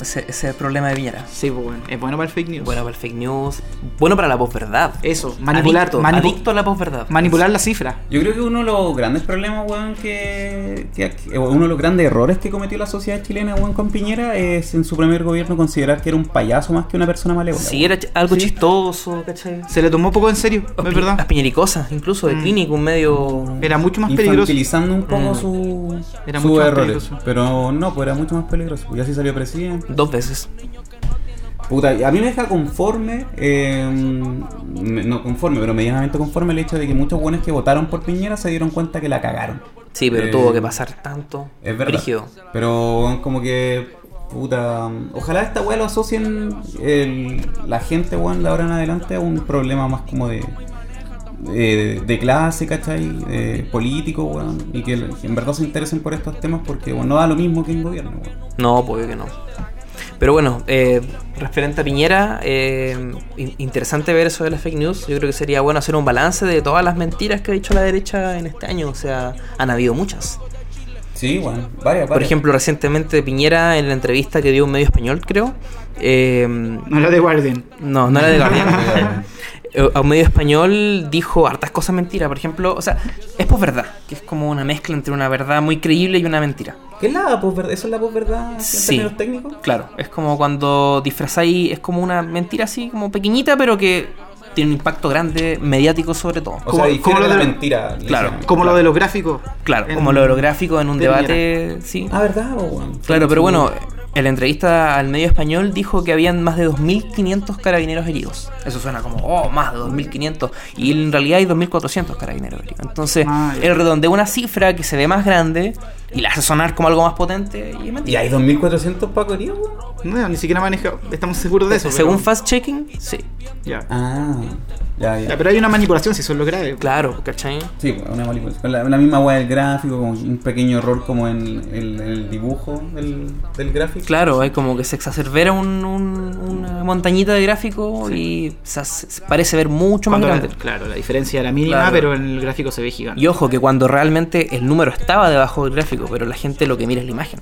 F: Ese, ese es el problema de Piñera.
C: Sí, pues bueno. Es bueno para el fake news.
F: Bueno para el fake news, bueno para la posverdad.
C: Eso, Eh, manipular-
F: Adicto,
C: manipu-
F: adicto a la posverdad.
C: Manipular la cifra.
D: Yo creo que uno de los grandes problemas, weón, que, que- que- Uno de los grandes errores que cometió la sociedad chilena, weón, con Piñera es en su primer gobierno considerar que era un payaso más que una persona malévola.
F: Si era ch- algo
C: Sí.
F: chistoso, ¿cachai?
C: Se le tomó poco en serio, es
F: Las
C: verdad.
F: piñericosas, incluso de
C: Mm.
F: clínico, un medio.
C: Era mucho más peligroso.
D: Infantilizando un poco
F: Mm.
D: su,
C: Era
D: sus
C: mucho más
D: errores.
C: peligroso.
D: Pero no, pues era mucho más peligroso. Y así salió presidente.
F: Dos veces.
D: Puta, a mí me deja conforme, eh, me- no conforme, pero medianamente conforme el hecho de que muchos buenos que votaron por Piñera se dieron cuenta que la cagaron.
F: Sí, pero
D: Eh,
F: tuvo que pasar tanto.
D: Es verdad.
F: Brígido.
D: Pero como que, puta, ojalá esta weá lo asocien el- la gente, weón, de ahora en adelante a un problema más como de... De, de clase, ¿cachai? De político, weón. Y que en verdad se interesen por estos temas porque, weón, no da lo mismo que en gobierno, weón.
F: No, pues que no. Pero bueno, eh, referente a Piñera, eh, in- interesante ver eso de las fake news. Yo creo que sería bueno hacer un balance de todas las mentiras que ha dicho la derecha en este año. O sea, han habido muchas.
D: Sí, weón. Varias, varias.
F: Por ejemplo, recientemente Piñera, en la entrevista que dio un medio español, creo, eh,
C: No la de Guardian.
F: No, no era de Guardian. Eh, A un medio español dijo hartas cosas mentiras. Por ejemplo, o sea, es posverdad, que es como una mezcla entre una verdad muy creíble y una mentira.
D: ¿Qué es la posverdad? ¿Eso es la posverdad en
F: Sí.
D: términos técnicos?
F: Claro, es como cuando disfrazáis, es como una mentira así, como pequeñita, pero que tiene un impacto grande, mediático sobre todo.
D: O
C: Como-
D: sea,
C: como
D: difiere
C: lo
D: de la
C: de-
D: mentira.
F: Claro,
D: ligeramente.
C: Como lo de los gráficos.
F: Claro,
C: En-
F: como lo holográfico en un
C: de
F: debate, sí.
D: Ah, ¿verdad? po, weón?
F: Claro, pero bueno, en la entrevista al medio español dijo que habían más de 2.500 carabineros heridos. Eso suena como, oh, más de 2.500. Y en realidad hay 2.400 carabineros heridos. Entonces,
C: Ah, ya.
F: él redondea una cifra que se ve más grande y la hace sonar como algo más potente y es
D: ¿Y
F: mentira.
D: hay 2.400 Paco heridos, weón?
C: No, ni siquiera maneja. Estamos seguros de eso.
F: Según
C: pero-
F: fast-checking, sí.
C: Ya.
D: Ah, ya,
C: Ya,
D: ya.
C: pero hay una manipulación si eso es lo grave.
F: Claro, ¿cachai?
D: Sí, po, una manipulación. Con La, la misma weá del gráfico, como un pequeño error como en el, el dibujo del, del gráfico.
F: Claro, es como que se exacerbera un- un- una montañita de gráfico y se hace- se parece ver mucho más
C: Cuando la-
F: grande.
C: claro, la diferencia era mínima,
F: Claro.
C: pero en el gráfico se ve gigante.
F: Y ojo que cuando realmente el número estaba debajo del gráfico, pero la gente lo que mira es la imagen.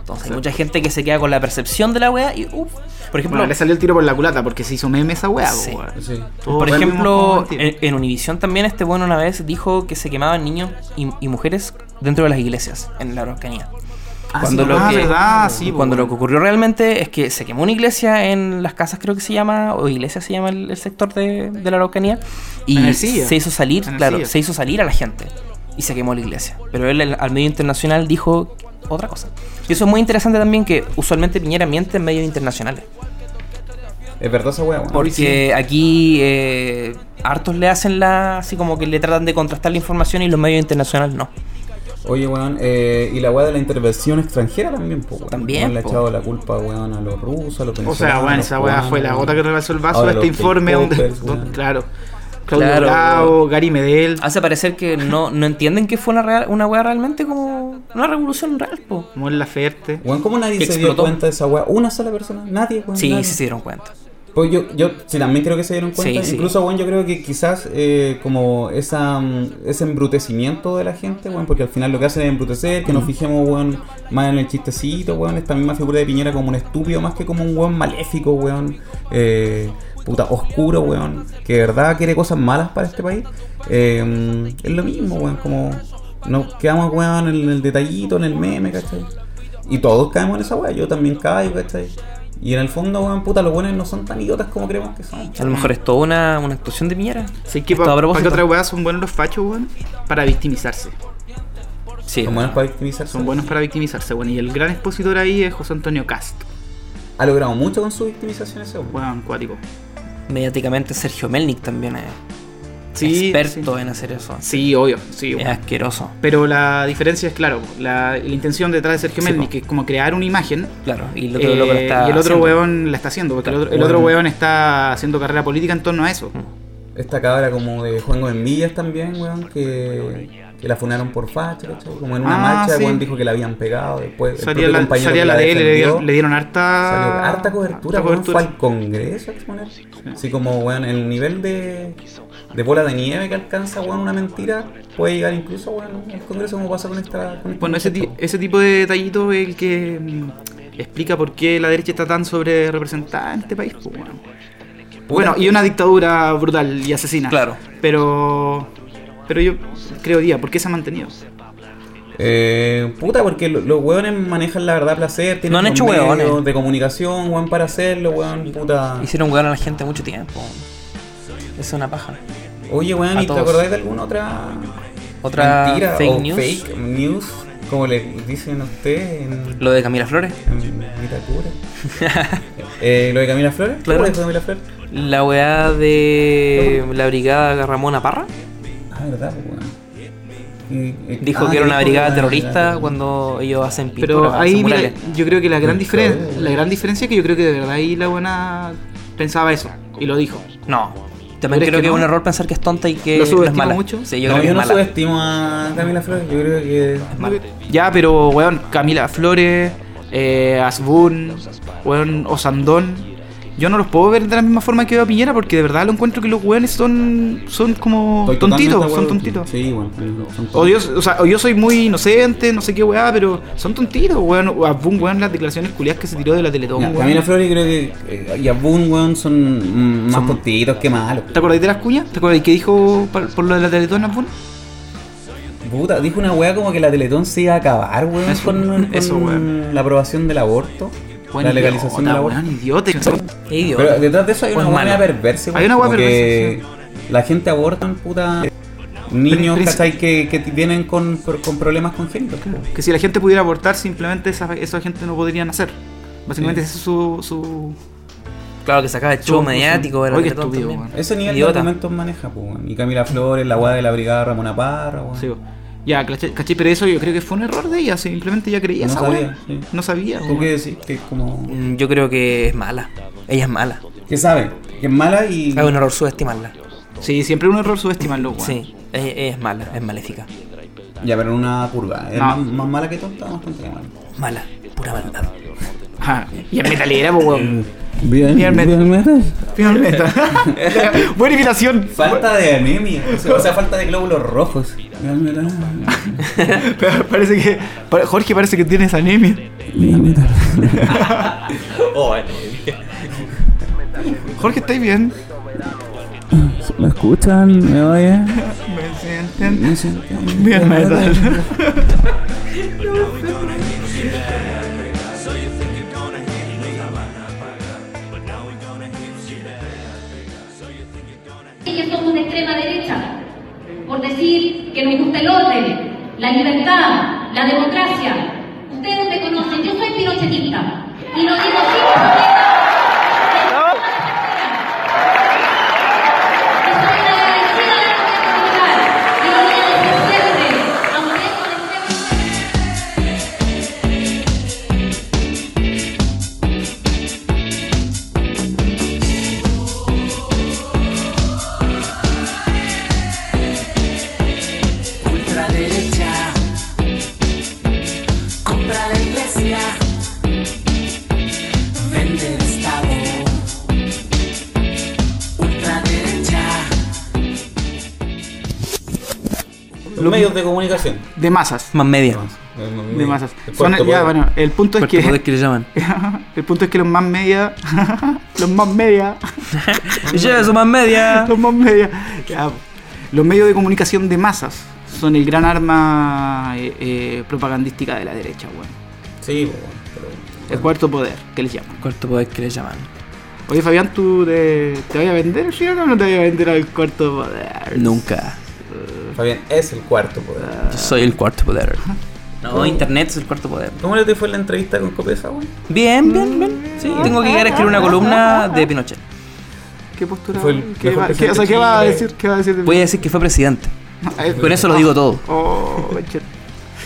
F: Entonces hay mucha gente que se queda con la percepción de la wea y uff. Por ejemplo,
C: Bueno, le salió el tiro por la culata porque se hizo meme esa weá.
F: Sí.
C: po, weón.
D: Sí.
C: Todos
F: por
C: Oh, vemos cómo
F: ejemplo eh,
C: mentir.
F: en, en Univisión también este bueno una vez dijo que se quemaban niños y, y mujeres dentro de las iglesias en la Araucanía.
C: Ah,
F: cuando
C: sí,
F: lo
C: ah,
F: que-
C: verdad, sí, po,
F: cuando lo
C: weón.
F: que ocurrió realmente es que se quemó una iglesia en las casas, creo que se llama, o iglesia se llama el, el sector de, de la Araucanía,
C: En
F: y
C: Ercilla.
F: se hizo salir,
C: En
F: claro,
C: Ercilla.
F: se hizo salir a la gente y se quemó la iglesia. Pero él el- al medio internacional dijo otra cosa. Y eso es muy interesante también que usualmente Piñera miente en medios internacionales.
D: Es verdad esa weá, weón.
F: Porque aquí eh, hartos le hacen la. así como que le tratan de contrastar la información y los medios internacionales no.
D: Oye, weón, eh, y la weá de la intervención extranjera también, po, weón.
F: También,
D: No le ha
F: po.
D: echado la culpa, weón, a los rusos, a los
C: O
D: venezolanos.
C: sea,
D: a
C: bueno,
D: los
C: esa weá
D: cubanos,
C: fue la
D: weón.
C: gota que rebasó el vaso.
D: Ahora
C: este
D: los
C: informe. donde-
D: K-popers,
C: donde-
D: weón.
C: claro. Claudio
F: Claro,
C: Bravo, Gary Medel.
F: hace parecer que no, no entienden que fue una, real, una wea realmente como una revolución real, po.
C: Mon Laferte.
D: Weón, ¿cómo nadie
F: Que
D: se dio
F: explotó.
D: cuenta de esa weá? Una sola persona, nadie, weón.
F: Sí,
D: nadie.
F: sí se dieron cuenta.
D: Pues yo, yo sí, también creo que se dieron cuenta.
F: Sí, sí.
D: Incluso, bueno, yo creo que quizás eh, como esa, mm, ese embrutecimiento de la gente, bueno, porque al final lo que hacen es embrutecer, que nos fijemos, bueno, más en el chistecito, bueno, esta misma figura de Piñera como un estúpido, más que como un weón maléfico, weón, eh, puta, oscuro, weón, que de verdad quiere cosas malas para este país. Eh, es lo mismo, weón, como nos quedamos, weón, en el detallito, en el meme, ¿cachai? Y todos caemos en esa weá, yo también caigo, ¿cachai? Y en el fondo, weón, puta, los buenos no son tan idiotas como creemos que son.
F: A lo mejor es toda una, una actuación de Piñera.
C: Sí, que
F: Esto a
C: para que
F: propósito.
C: otra weá son buenos los fachos, weón. Para victimizarse.
F: Sí.
D: Son buenos para victimizarse.
C: Son buenos para victimizarse, weón. Y el gran expositor ahí es José Antonio Cast.
D: Ha logrado mucho con su victimización ese hombre.
C: Weón, cuático.
F: Mediáticamente Sergio Melnik también es
C: Sí,
F: experto en hacer eso.
C: Sí, obvio. Sí,
F: Es
C: weón.
F: asqueroso.
C: Pero la diferencia es, claro, la, la intención detrás de Sergio
F: Sí,
C: Melnik,
F: po.
C: que es como crear una imagen.
F: Claro. Y el otro
C: eh,
F: loco lo está
C: y el otro
F: haciendo.
C: weón la está haciendo, porque el otro, el
D: Weón.
C: otro weón está haciendo carrera política en torno a eso.
D: Esta cabra como de Juan Gómez Millas también, weón, que, que la funaron por facha, ¿cachai? Como en una
C: Ah,
D: marcha,
C: sí.
D: weón dijo que la habían pegado. Después el
C: Salía
D: propio
C: la,
D: compañero
C: salía
D: que
C: la de él, le
D: defendió,
C: dieron, le dieron harta.
D: Salió
F: Ah,
D: harta cobertura,
C: harta
D: weón,
C: cobertura.
D: fue al Congreso a exponer. Así como, weón, el nivel de, de bola de nieve que alcanza, weón, una mentira puede llegar incluso, weón, al Congreso como pasa con esta... con esta
C: Bueno, ese, ti-
D: muchacha,
C: ese tipo de detallito es el que mm, explica por qué la derecha está tan sobre representada en este país. pues, weón. Bueno, y una dictadura brutal y asesina.
E: Claro.
C: Pero. Pero yo creo, día, ¿por qué se ha mantenido?
D: Eh, puta, porque lo- los hueones manejan la verdad a placer, tienen
F: No han
D: los
F: hecho
D: medios
F: hueones.
D: de comunicación, hueón para hacerlo, hueón, puta.
F: Hicieron weón a la gente mucho tiempo. Eso es una paja.
D: Oye,
F: a
D: hueón, ¿y te
F: todos.
D: acordás de alguna otra
F: Otra
D: mentira
F: fake
D: o
F: news.
D: fake news, como le dicen a usted en,
F: Lo de Camila Flores.
D: en Vitacura? Eh, lo de Camila Flores,
F: Claro.
D: ¿Cómo lo de Camila Flores?
F: La weá de la brigada Ramona Parra.
D: Ah, verdad, pues, hueón. Y- y-
F: Dijo
D: ah,
F: que era una
D: dijo
F: brigada
D: la-
F: terrorista
D: la-
F: cuando ellos hacen pintura.
C: Pero ahí,
F: hacen
C: mira,
F: murales.
C: yo creo que la gran, diferen-
D: Claro.
C: la gran diferencia es que yo creo que de verdad ahí la buena pensaba eso y lo dijo.
F: No. También
C: ¿Crees
F: creo que,
C: que
F: es
C: no?
F: un error pensar que es tonta y que
C: ¿Lo
F: no es
C: subestimo
F: mala.
C: mucho?
F: Sí, yo
D: no,
F: creo que
D: yo
F: es
D: no
F: mala.
D: subestimo a Camila Flores, yo creo que
F: Mala.
C: Ya, pero, weón, Camila Flores, eh, Asbun, weón, Osandón. Yo no los puedo ver de la misma forma que veo a Piñera porque de verdad lo encuentro que los weones son, son como
D: Estoy
C: tontitos,
D: totalmente
C: son
D: de acuerdo.
C: tontitos.
D: Sí, bueno, son tontos.
C: O, Dios, o, sea, o yo soy muy inocente, no sé qué weá, pero son tontitos, weón. O Asbun, weón, las declaraciones culiadas que se tiró de la Teletón,
D: Ya,
C: weón.
D: Camila Flori creo que eh, y Abun, weón, son mm, más
C: Son-
D: tontitos que malos.
C: ¿Te acordáis de las cuñas? ¿Te acordáis que dijo por, por lo de la Teletón Asbun?
D: Puta, dijo una weá como que la Teletón se iba a acabar, weón,
C: Eso,
D: con, con
C: eso, weón.
D: la aprobación del aborto. la legalización del
C: idiota,
D: aborto.
C: weón, idiota.
F: Qué idiota.
D: Pero eh, detrás de eso hay una
F: Un
D: weá
F: malo.
D: media perversa, weón,
C: Hay una weá
D: como que
C: perversa,
D: La gente aborta en puta niños,
C: Pero-
D: ¿cachai? Que, que vienen con, por- con problemas congénitos.
C: Que si la gente pudiera abortar, simplemente esa, esa gente no podría nacer. Básicamente
D: Sí.
C: ese es su, su,
F: Claro que sacaba el
C: Su-
F: show
C: su-
F: mediático. era
C: Oye, qué
F: todo
C: estúpido,
F: también.
C: weón.
D: Ese nivel
F: Idiota.
D: de argumentos maneja, pues, weón. Y Camila Flores, la weá de la brigada Ramona Parra, weón.
C: Sí, ya, caché, caché, pero eso yo creo que fue un error de ella, simplemente ya creía
D: No
C: esa
D: sabía,
C: weá.
D: sí.
C: No sabía.
D: ¿Tú
C: weón.
D: qué decís? Que es como...
F: Mm, Yo creo que es mala. Ella es mala.
D: Que sabe, que es mala y...
C: Ah,
F: Es un error subestimarla.
C: Sí, siempre un error subestimarlo, weón.
F: Sí, ella, ella es mala, es maléfica.
D: Ya, pero en una curva. ¿Es
C: No.
D: más, más mala que tonta? Más tonta que mala.
F: Mala, pura maldad.
C: Ajá. Y en metalera, pues, weón.
G: Eh, Bien,
C: Bien, me-
G: bien, metal.
C: Finalmente. Buena invitación.
D: Falta de anemia. O sea, o sea, falta de glóbulos rojos.
G: Bien, metal.
C: parece que. pa- Jorge parece que tienes anemia.
G: Bien, metal.
C: Jorge, ¿estáis bien?
G: ¿Me escuchan? ¿Me oyen?
C: Me sienten
G: ¿Me sienten?
C: bien metal.
I: que somos de extrema derecha, por decir que nos gusta el orden, la libertad, la democracia. Ustedes me conocen, yo soy pinochetista y lo digo sin problema.
J: ultraderecha compra la iglesia vende el estado ultraderecha
D: Los medios de comunicación.
C: De masas.
F: Más media.
C: De masas.
D: El
C: Son-
D: cuarto
C: ya,
D: poder.
C: bueno, el punto es
F: Cuarto poder
C: que.
F: que le llaman.
C: el punto es que los más media. los más media.
F: ¡Ya, eso más media!
C: Los más media. Ya, Los medios de comunicación de masas son el gran arma eh, eh, propagandística de la derecha, weón.
D: Sí, pues, bueno,
C: El cuarto poder, que les llaman.
F: Cuarto poder que le llaman.
C: Oye, Fabián, ¿tú te, te vas a vender, sí o no? ¿No te vas a vender al cuarto poder?
F: Nunca.
D: pero... Fabián, es el cuarto poder.
F: Yo soy el cuarto poder. No, internet es el cuarto poder.
D: ¿Cómo le te fue la entrevista con Copesa, güey?
F: Bien,
C: Mm,
F: bien, bien. Sí, tengo que llegar a escribir una columna de Pinochet.
C: ¿Qué postura?
D: Fue el
C: ¿Qué
D: mejor
C: va, qué-
D: presidente
C: o sea, ¿qué
D: de
C: va a
D: Chile.
C: decir? ¿Qué va a decir de
F: Voy a decir que fue presidente.
C: Ah, eh,
F: Pues, Con eso lo digo todo.
C: Oh, chet.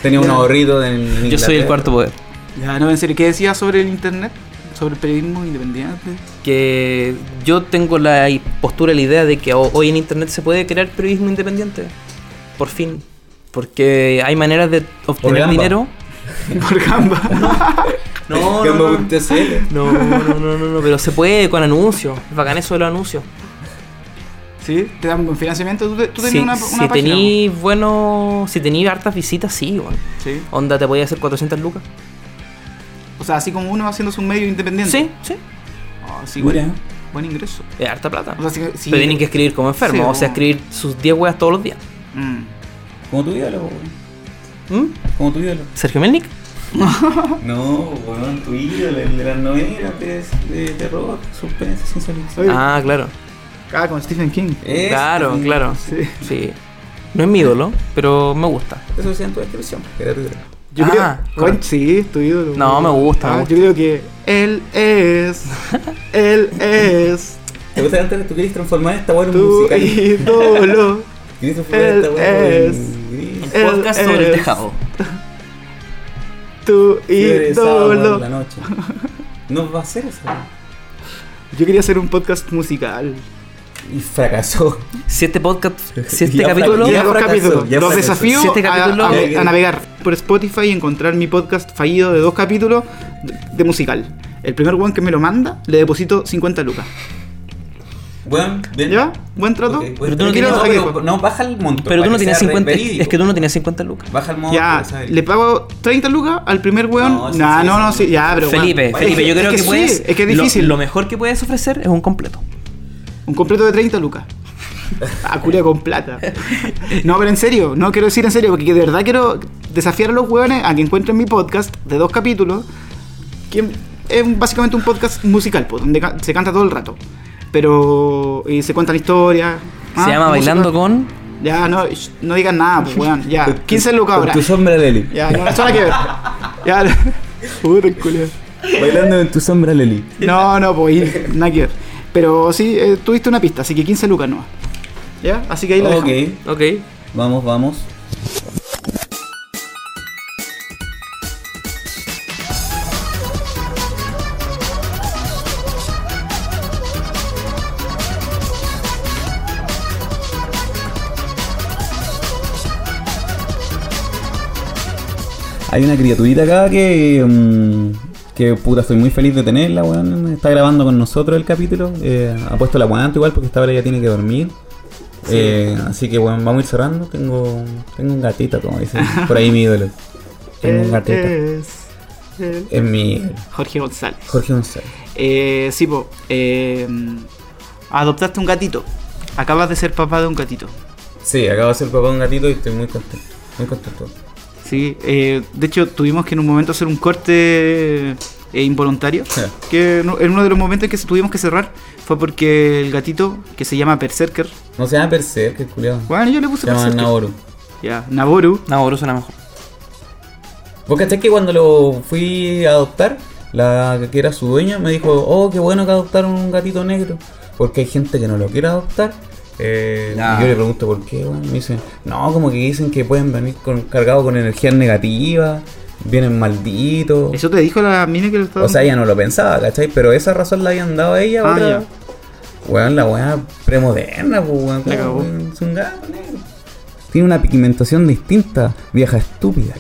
D: Tenía un ahorrito en
F: Yo soy el cuarto poder.
C: ya, no, en serio, ¿qué decías sobre el internet? ¿Sobre el periodismo independiente?
F: que yo tengo la i- postura, la idea de que ho- hoy en Internet se puede crear periodismo independiente. Por fin. Porque hay maneras de obtener
D: Gamba.
F: dinero.
C: Por Canva.
F: No, no, no, no, no, no, no, no, pero se puede con anuncios. Es bacán eso de los anuncios.
C: ¿Sí? ¿Te dan buen financiamiento? ¿Tú, te- tú tenías
F: Si,
C: una, una
F: si
C: página,
F: tení bueno, si tení hartas visitas, sí, weón.
C: weón? Sí.
F: Onda, te podía hacer 400 lucas.
C: O sea, así como uno haciéndose un medio independiente.
F: Sí, sí.
C: Ah, sí,
D: Mira.
C: buen, buen ingreso.
F: Es harta plata.
C: O sea, sí- sí.
F: Pero tienen que escribir como enfermos.
C: Sí,
F: o sea,
C: o-
F: escribir sus 10 weas todos los días.
C: Mm.
D: Como tu ídolo, weón.
F: ¿Mm?
D: Como tu ídolo.
F: ¿Sergio Melnik?
D: No, weón, tu ídolo, el de las novelas de, de, de robot, suspense, sin salir.
C: Oye,
F: Ah, claro.
C: Ah, con Stephen King.
D: Ese,
F: claro,
D: sí.
F: claro.
C: Sí.
F: Sí. No es mi ídolo, pero me gusta.
D: Eso decía en tu descripción, que era tu ídolo.
C: Yo
F: Ah,
C: creo.
F: correcto.
C: Bueno, sí, tu ídolo.
F: No, me gusta, me
C: Ah,
F: gusta.
C: Yo creo que. Él es. él es.
D: ¿Te gusta antes? ¿Tú quieres transformar esta weón en un
C: tu
D: musical?
C: ídolo.
D: ¿Quieres transformar esta
C: Él
D: weón
F: El
D: en
C: Él
F: podcast sobre el
C: es-
F: tejado.
C: tu
D: gris? Sábado en la
C: ídolo.
D: noche. No va a hacer eso.
C: Yo quería hacer un podcast musical.
D: Y fracasó.
F: Si este podcast, si este
D: Ya
F: capítulo.
D: fracasé.
C: Ya dos
D: fracasó,
C: capítulos.
D: ya
C: Los
D: fracasó.
C: desafío
F: Siete
C: a-
F: capítulos.
C: a-
D: Ya,
C: a navegar por Spotify y encontrar mi podcast fallido de dos capítulos de- de musical. El primer one que me lo manda, le deposito 50 lucas.
D: Weón, ven.
C: ¿Ya? ¿Buen trato?
D: Ok,
F: Pero
D: weón,
F: tú no
D: tranquilo,
F: tienes-
D: no,
C: no,
D: pero- no, baja el monto.
F: Pero tú
D: para
F: no
D: que
F: tenías
D: sea
F: 50.
D: verídico.
F: Es que tú no tenías 50 lucas.
D: Baja el monto.
C: Ya,
D: para saber.
C: le pago 30 lucas al primer weón.
D: No,
C: No,
D: sí,
C: no,
D: sí,
C: no,
D: sí.
C: sí, ya, pero.
F: Felipe,
C: weón,
F: Felipe,
C: es
F: yo creo que,
C: sí,
F: puedes.
C: es que es
F: lo-
C: difícil.
F: Lo, mejor que puedes ofrecer es un completo.
C: Un completo de 30 lucas. A culia con plata. No, pero en serio, no quiero decir en serio, porque de verdad quiero desafiar a los hueones a que encuentren mi podcast de dos capítulos, que es un- básicamente un podcast musical, po, donde ca- se canta todo el rato. Pero. y se cuentan historias.
F: Se llama Bailando
C: con.
F: con.
C: Ya, no, sh- no digan nada, pues, weón. Ya, 15 lucas
D: Con
C: ahora.
D: tu sombra, Leli.
C: Ya, no, eso nada que ver. Ya, puta el culiao.
D: Bailando en tu sombra, Leli.
C: No, no, pues nada que ver. Pero sí, eh, tuviste una pista, así que 15 lucas no. ¿Ya? Así que ahí la
D: Ok,
C: dejamos.
F: Ok.
D: vamos, vamos. Hay una criaturita acá que. mm, que puta, estoy muy feliz de tenerla, weón. Está grabando con nosotros el capítulo. Eh, ha puesto la guanta igual porque esta hora ya tiene que dormir. Eh, así que, weón, vamos a ir cerrando. Tengo, tengo un gatito, como dicen. Por ahí mi ídolo. Tengo un
C: Él
D: gatito.
C: es el
D: Es mi ídolo.
C: Jorge González.
D: Jorge González.
C: Eh, sí, po, eh, adoptaste un gatito. Acabas de ser papá de un gatito.
D: Sí, acabo de ser papá de un gatito y estoy muy contento. Muy contento.
C: Sí, eh, de hecho tuvimos que en un momento hacer un corte eh, involuntario.
D: Sí.
C: Que en en uno de los momentos en que tuvimos que cerrar fue porque el gatito, que se llama Berserker,
D: No se llama Persever, que culiado.
C: bueno, yo le puse
D: Se llama
C: Berserker.
D: Naoru.
C: Ya, Naboru.
F: No, ahora suena mejor.
D: Vos cachás que cuando lo fui a adoptar, la que era su dueña me dijo, oh, qué bueno que adoptaron un gatito negro, porque hay gente que no lo quiere adoptar. Eh,
F: Nah.
D: y yo le pregunto por qué, weón. Me dicen, no, como que dicen que pueden venir con, cargados con energías negativas, vienen malditos.
C: Eso te dijo la mina que lo estaba.
D: O sea, ella no lo pensaba, ¿cachai? Pero esa razón la habían dado a ella.
C: Ah,
D: otra-
C: ya.
D: Weón, la weá premoderna, pues, weón.
C: La cagó.
D: Weón, Es un gato negro. Tiene una pigmentación distinta, vieja estúpida.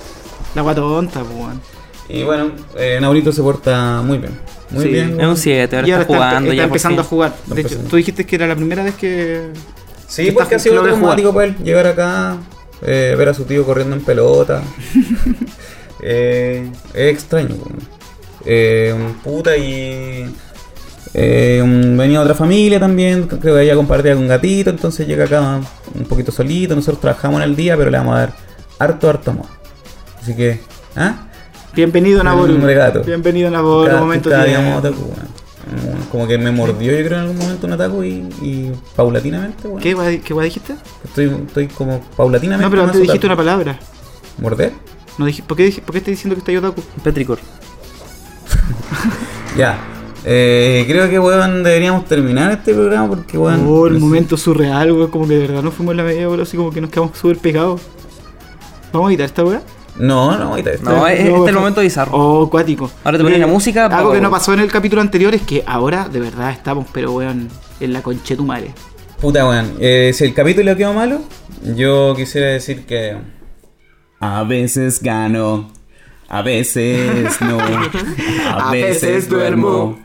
C: La guatonta, pues, weón.
D: Y bueno, eh, Naurito se porta muy bien. Muy
C: Sí,
D: bien.
F: Es un 7, ahora
C: Y
F: está jugando.
C: está
F: ya por
C: empezando a
F: fin.
C: jugar.
D: Está
C: De hecho,
D: empezando.
C: tú dijiste que era la primera vez que.
D: Sí,
C: que
D: porque ha
C: está
D: sido
C: jugando de
D: traumático para él llegar acá, eh, ver a su tío corriendo en pelota. Eh, es extraño. weón. Eh, un puta y... eh, un- venía de otra familia también, creo que ella compartía con un gatito, entonces llega acá un poquito solito, nosotros trabajamos en el día, pero le vamos a dar harto, harto amor. Así que, ¿ah?
C: Bienvenido, Naboru.
D: Hombre gato.
C: Bienvenido, Naboru. Un momento
D: Cada-
C: de.
D: cada día más otaku, weón. Weón, Como que me mordió yo creo en algún momento un ataco y, y paulatinamente, weón.
C: ¿Qué guay, qué guay dijiste?
D: Estoy, estoy como paulatinamente.
C: No, pero
D: más
C: antes dijiste una
D: otaku.
C: palabra.
D: ¿Morder?
C: No dije, ¿por, qué dije, ¿Por qué estás diciendo que está Yotaku?
F: Petricor.
D: Ya. Eh, creo que weón deberíamos terminar este programa porque weón.
C: oh, el
D: no sé.
C: momento surreal, weón. Como que de verdad no fuimos en la media, weón. Así como que nos quedamos súper pegados. ¿Vamos a editar esta weá?
D: No, no, ahorita está.
F: No, es- este es el
C: weón.
F: momento bizarro.
C: Oh, cuático.
F: Ahora te ponen
C: Oye,
F: la música,
C: Algo
F: pa-
C: que no pasó en el capítulo anterior es que ahora de verdad estamos, pero weón, en la conchetumare.
D: Puta weón. Eh, si el capítulo quedó malo, yo quisiera decir que. A veces gano. A veces no. A veces duermo.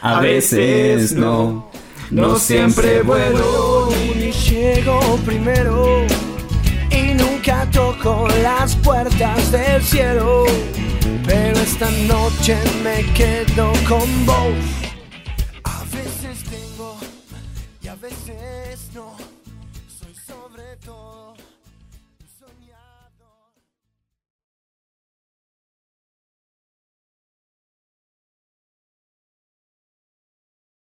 D: A veces no. No siempre vuelo.
K: Y llego primero y nunca toco las puertas del cielo. Pero es
F: Esta noche me quedo con vos. A veces tengo y a veces no. Soy sobre todo.